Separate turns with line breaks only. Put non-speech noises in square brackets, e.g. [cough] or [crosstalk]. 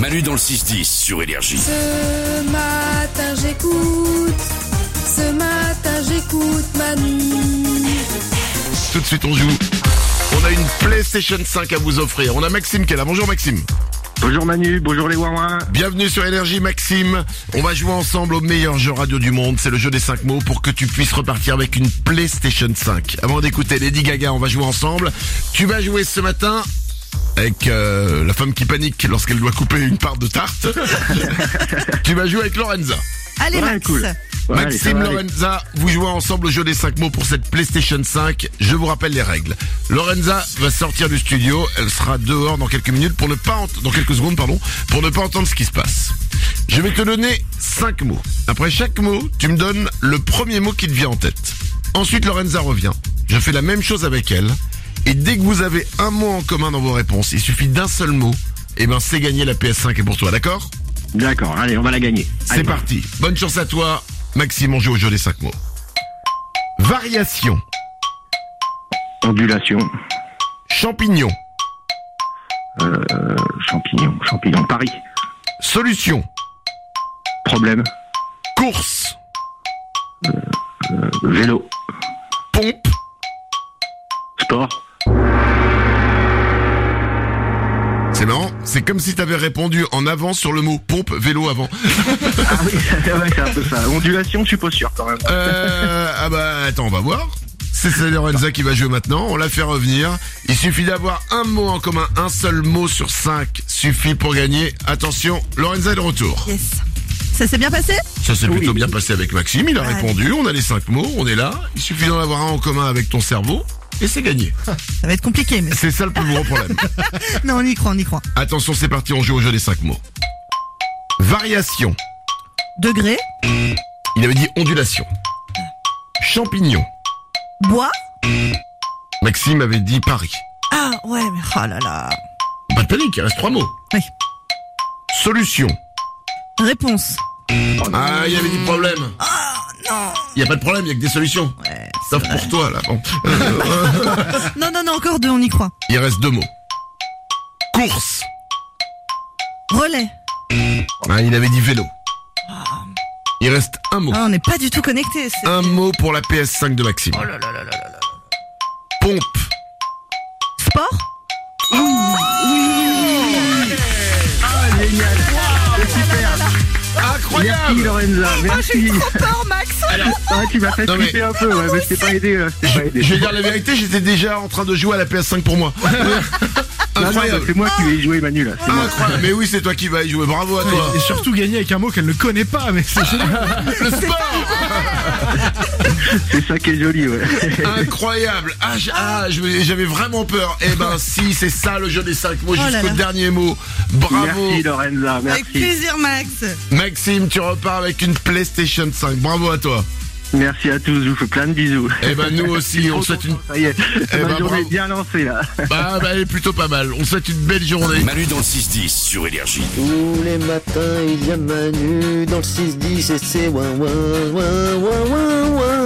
Manu dans le 6-10 sur Énergie.
Ce matin j'écoute, ce matin j'écoute Manu.
Tout de suite, on joue. On a une PlayStation 5 à vous offrir. On a Maxime qui est là. Bonjour Maxime.
Bonjour Manu, bonjour les Wawins.
Bienvenue sur Énergie Maxime. On va jouer ensemble au meilleur jeu radio du monde. C'est le jeu des 5 mots pour que tu puisses repartir avec une PlayStation 5. Avant d'écouter Lady Gaga, on va jouer ensemble. Tu vas jouer ce matin avec euh, la femme qui panique lorsqu'elle doit couper une part de tarte. tu vas jouer avec Lorenza.
Allez,
Ouais,
Max.
cool. Ouais, allez, ça
Maxime
va aller.
Lorenza, vous jouez ensemble au jeu des 5 mots pour cette PlayStation 5. Je vous rappelle les règles. Lorenza va sortir du studio, elle sera dehors dans quelques minutes pour ne pas ent- dans quelques secondes pardon, pour ne pas entendre ce qui se passe. Je vais te donner 5 mots. Après chaque mot, tu me donnes le premier mot qui te vient en tête. Ensuite Lorenza revient. Je fais la même chose avec elle et dès que vous avez un mot en commun dans vos réponses, il suffit d'un seul mot, et ben c'est gagné la PS5 est pour toi, d'accord
D'accord, allez, on va la gagner.
c'est
Allez.
parti. Bonne chance à toi. Maxime, on joue au jeu des 5 mots. Variation.
Ondulation,
Champignon.
euh, champignon, champignon, Paris.
Solution.
Problème,
Course.
vélo,
Pompe.
sport. [laughs]
C'est marrant. C'est comme si t'avais répondu en avant sur le mot pompe, vélo avant.
Ah oui, ouais, c'est un peu ça. Ondulation, je suis pas sûr quand même.
Euh, ah bah attends, on va voir. C'est c'est Lorenza qui va jouer maintenant. On la fait revenir. Il suffit d'avoir un mot en commun. Un seul mot sur 5 suffit pour gagner. Attention, Lorenza est de retour.
Yes. Ça s'est bien passé
Ça s'est
Oui.
plutôt bien passé avec Maxime, il a
Ouais.
répondu, on a les cinq mots, on est là, il suffit d'en avoir un en commun avec ton cerveau et c'est gagné.
Ça va être compliqué, mais
Ah, C'est ça le plus gros problème.
non, on y croit, on y croit.
[laughs] Attention, c'est parti, on joue au jeu des cinq mots. Variation,
Degré,
il avait dit ondulation. Champignon,
bois.
Maxime avait dit Paris.
Ah ouais, mais oh là là.
Pas de panique, il reste trois mots.
Oui.
Solution.
Réponse.
Ah, il y avait dit problème.
Non.
Il n'y a pas de problème, il y a que des solutions.
Ouais.
Sauf pour toi, là. [laughs] Bon.
Non, non, non, encore deux, on y croit.
Il reste deux mots. Course.
Relais.
Ah, il avait dit vélo. Il reste un mot.
Ah, on n'est pas du tout connecté. c'est-
Un mot pour la PS5 de Maxime.
Oh là là là là là là.
Pompe.
Sport
Merci
Incroyable
Lorenza,
Ah,
merci.
Sport, Max
Ah, tu m'as fait
Non, mais-
flipper un
Ah,
peu, ouais, mais je t'ai pas aidé. euh, je t'ai
je,
pas aidé.
je vais dire la vérité, j'étais déjà en train de jouer à la PS5 pour
[laughs]
moi.
Non, non, bah,
Incroyable.
c'est moi qui vais y jouer, Manu, là. C'est
Ah.
moi.
Incroyable. Mais oui, c'est toi qui vas y jouer. Bravo à toi.
Et surtout gagner avec un mot qu'elle ne connaît pas, mais c'est génial.
Le sport
C'est ça qui est
[laughs]
joli, ouais.
Incroyable. Ah, j- ah, je- j'avais vraiment peur. Eh
[laughs]
ben si, c'est ça le jeu des 5 mots
Oh là
jusqu'au
là.
dernier mot. Bravo.
Merci Lorenza,
Avec
merci.
plaisir, Max
Maxime, tu repars avec une PlayStation 5. Bravo à toi.
Merci à tous, je vous fais plein de bisous.
Eh ben nous aussi, on
Trop
souhaite une
content, Ça y est,
Eh
ma
ben,
journée
bravo.
est bien lancée, là.
bah, bah elle est plutôt pas mal. On souhaite une belle journée.
Manu dans le 6-10 sur Énergie.
Tous les matins, il y a Manu dans le 6-10 et c'est ouin ouin ouin ouin ouin ouin.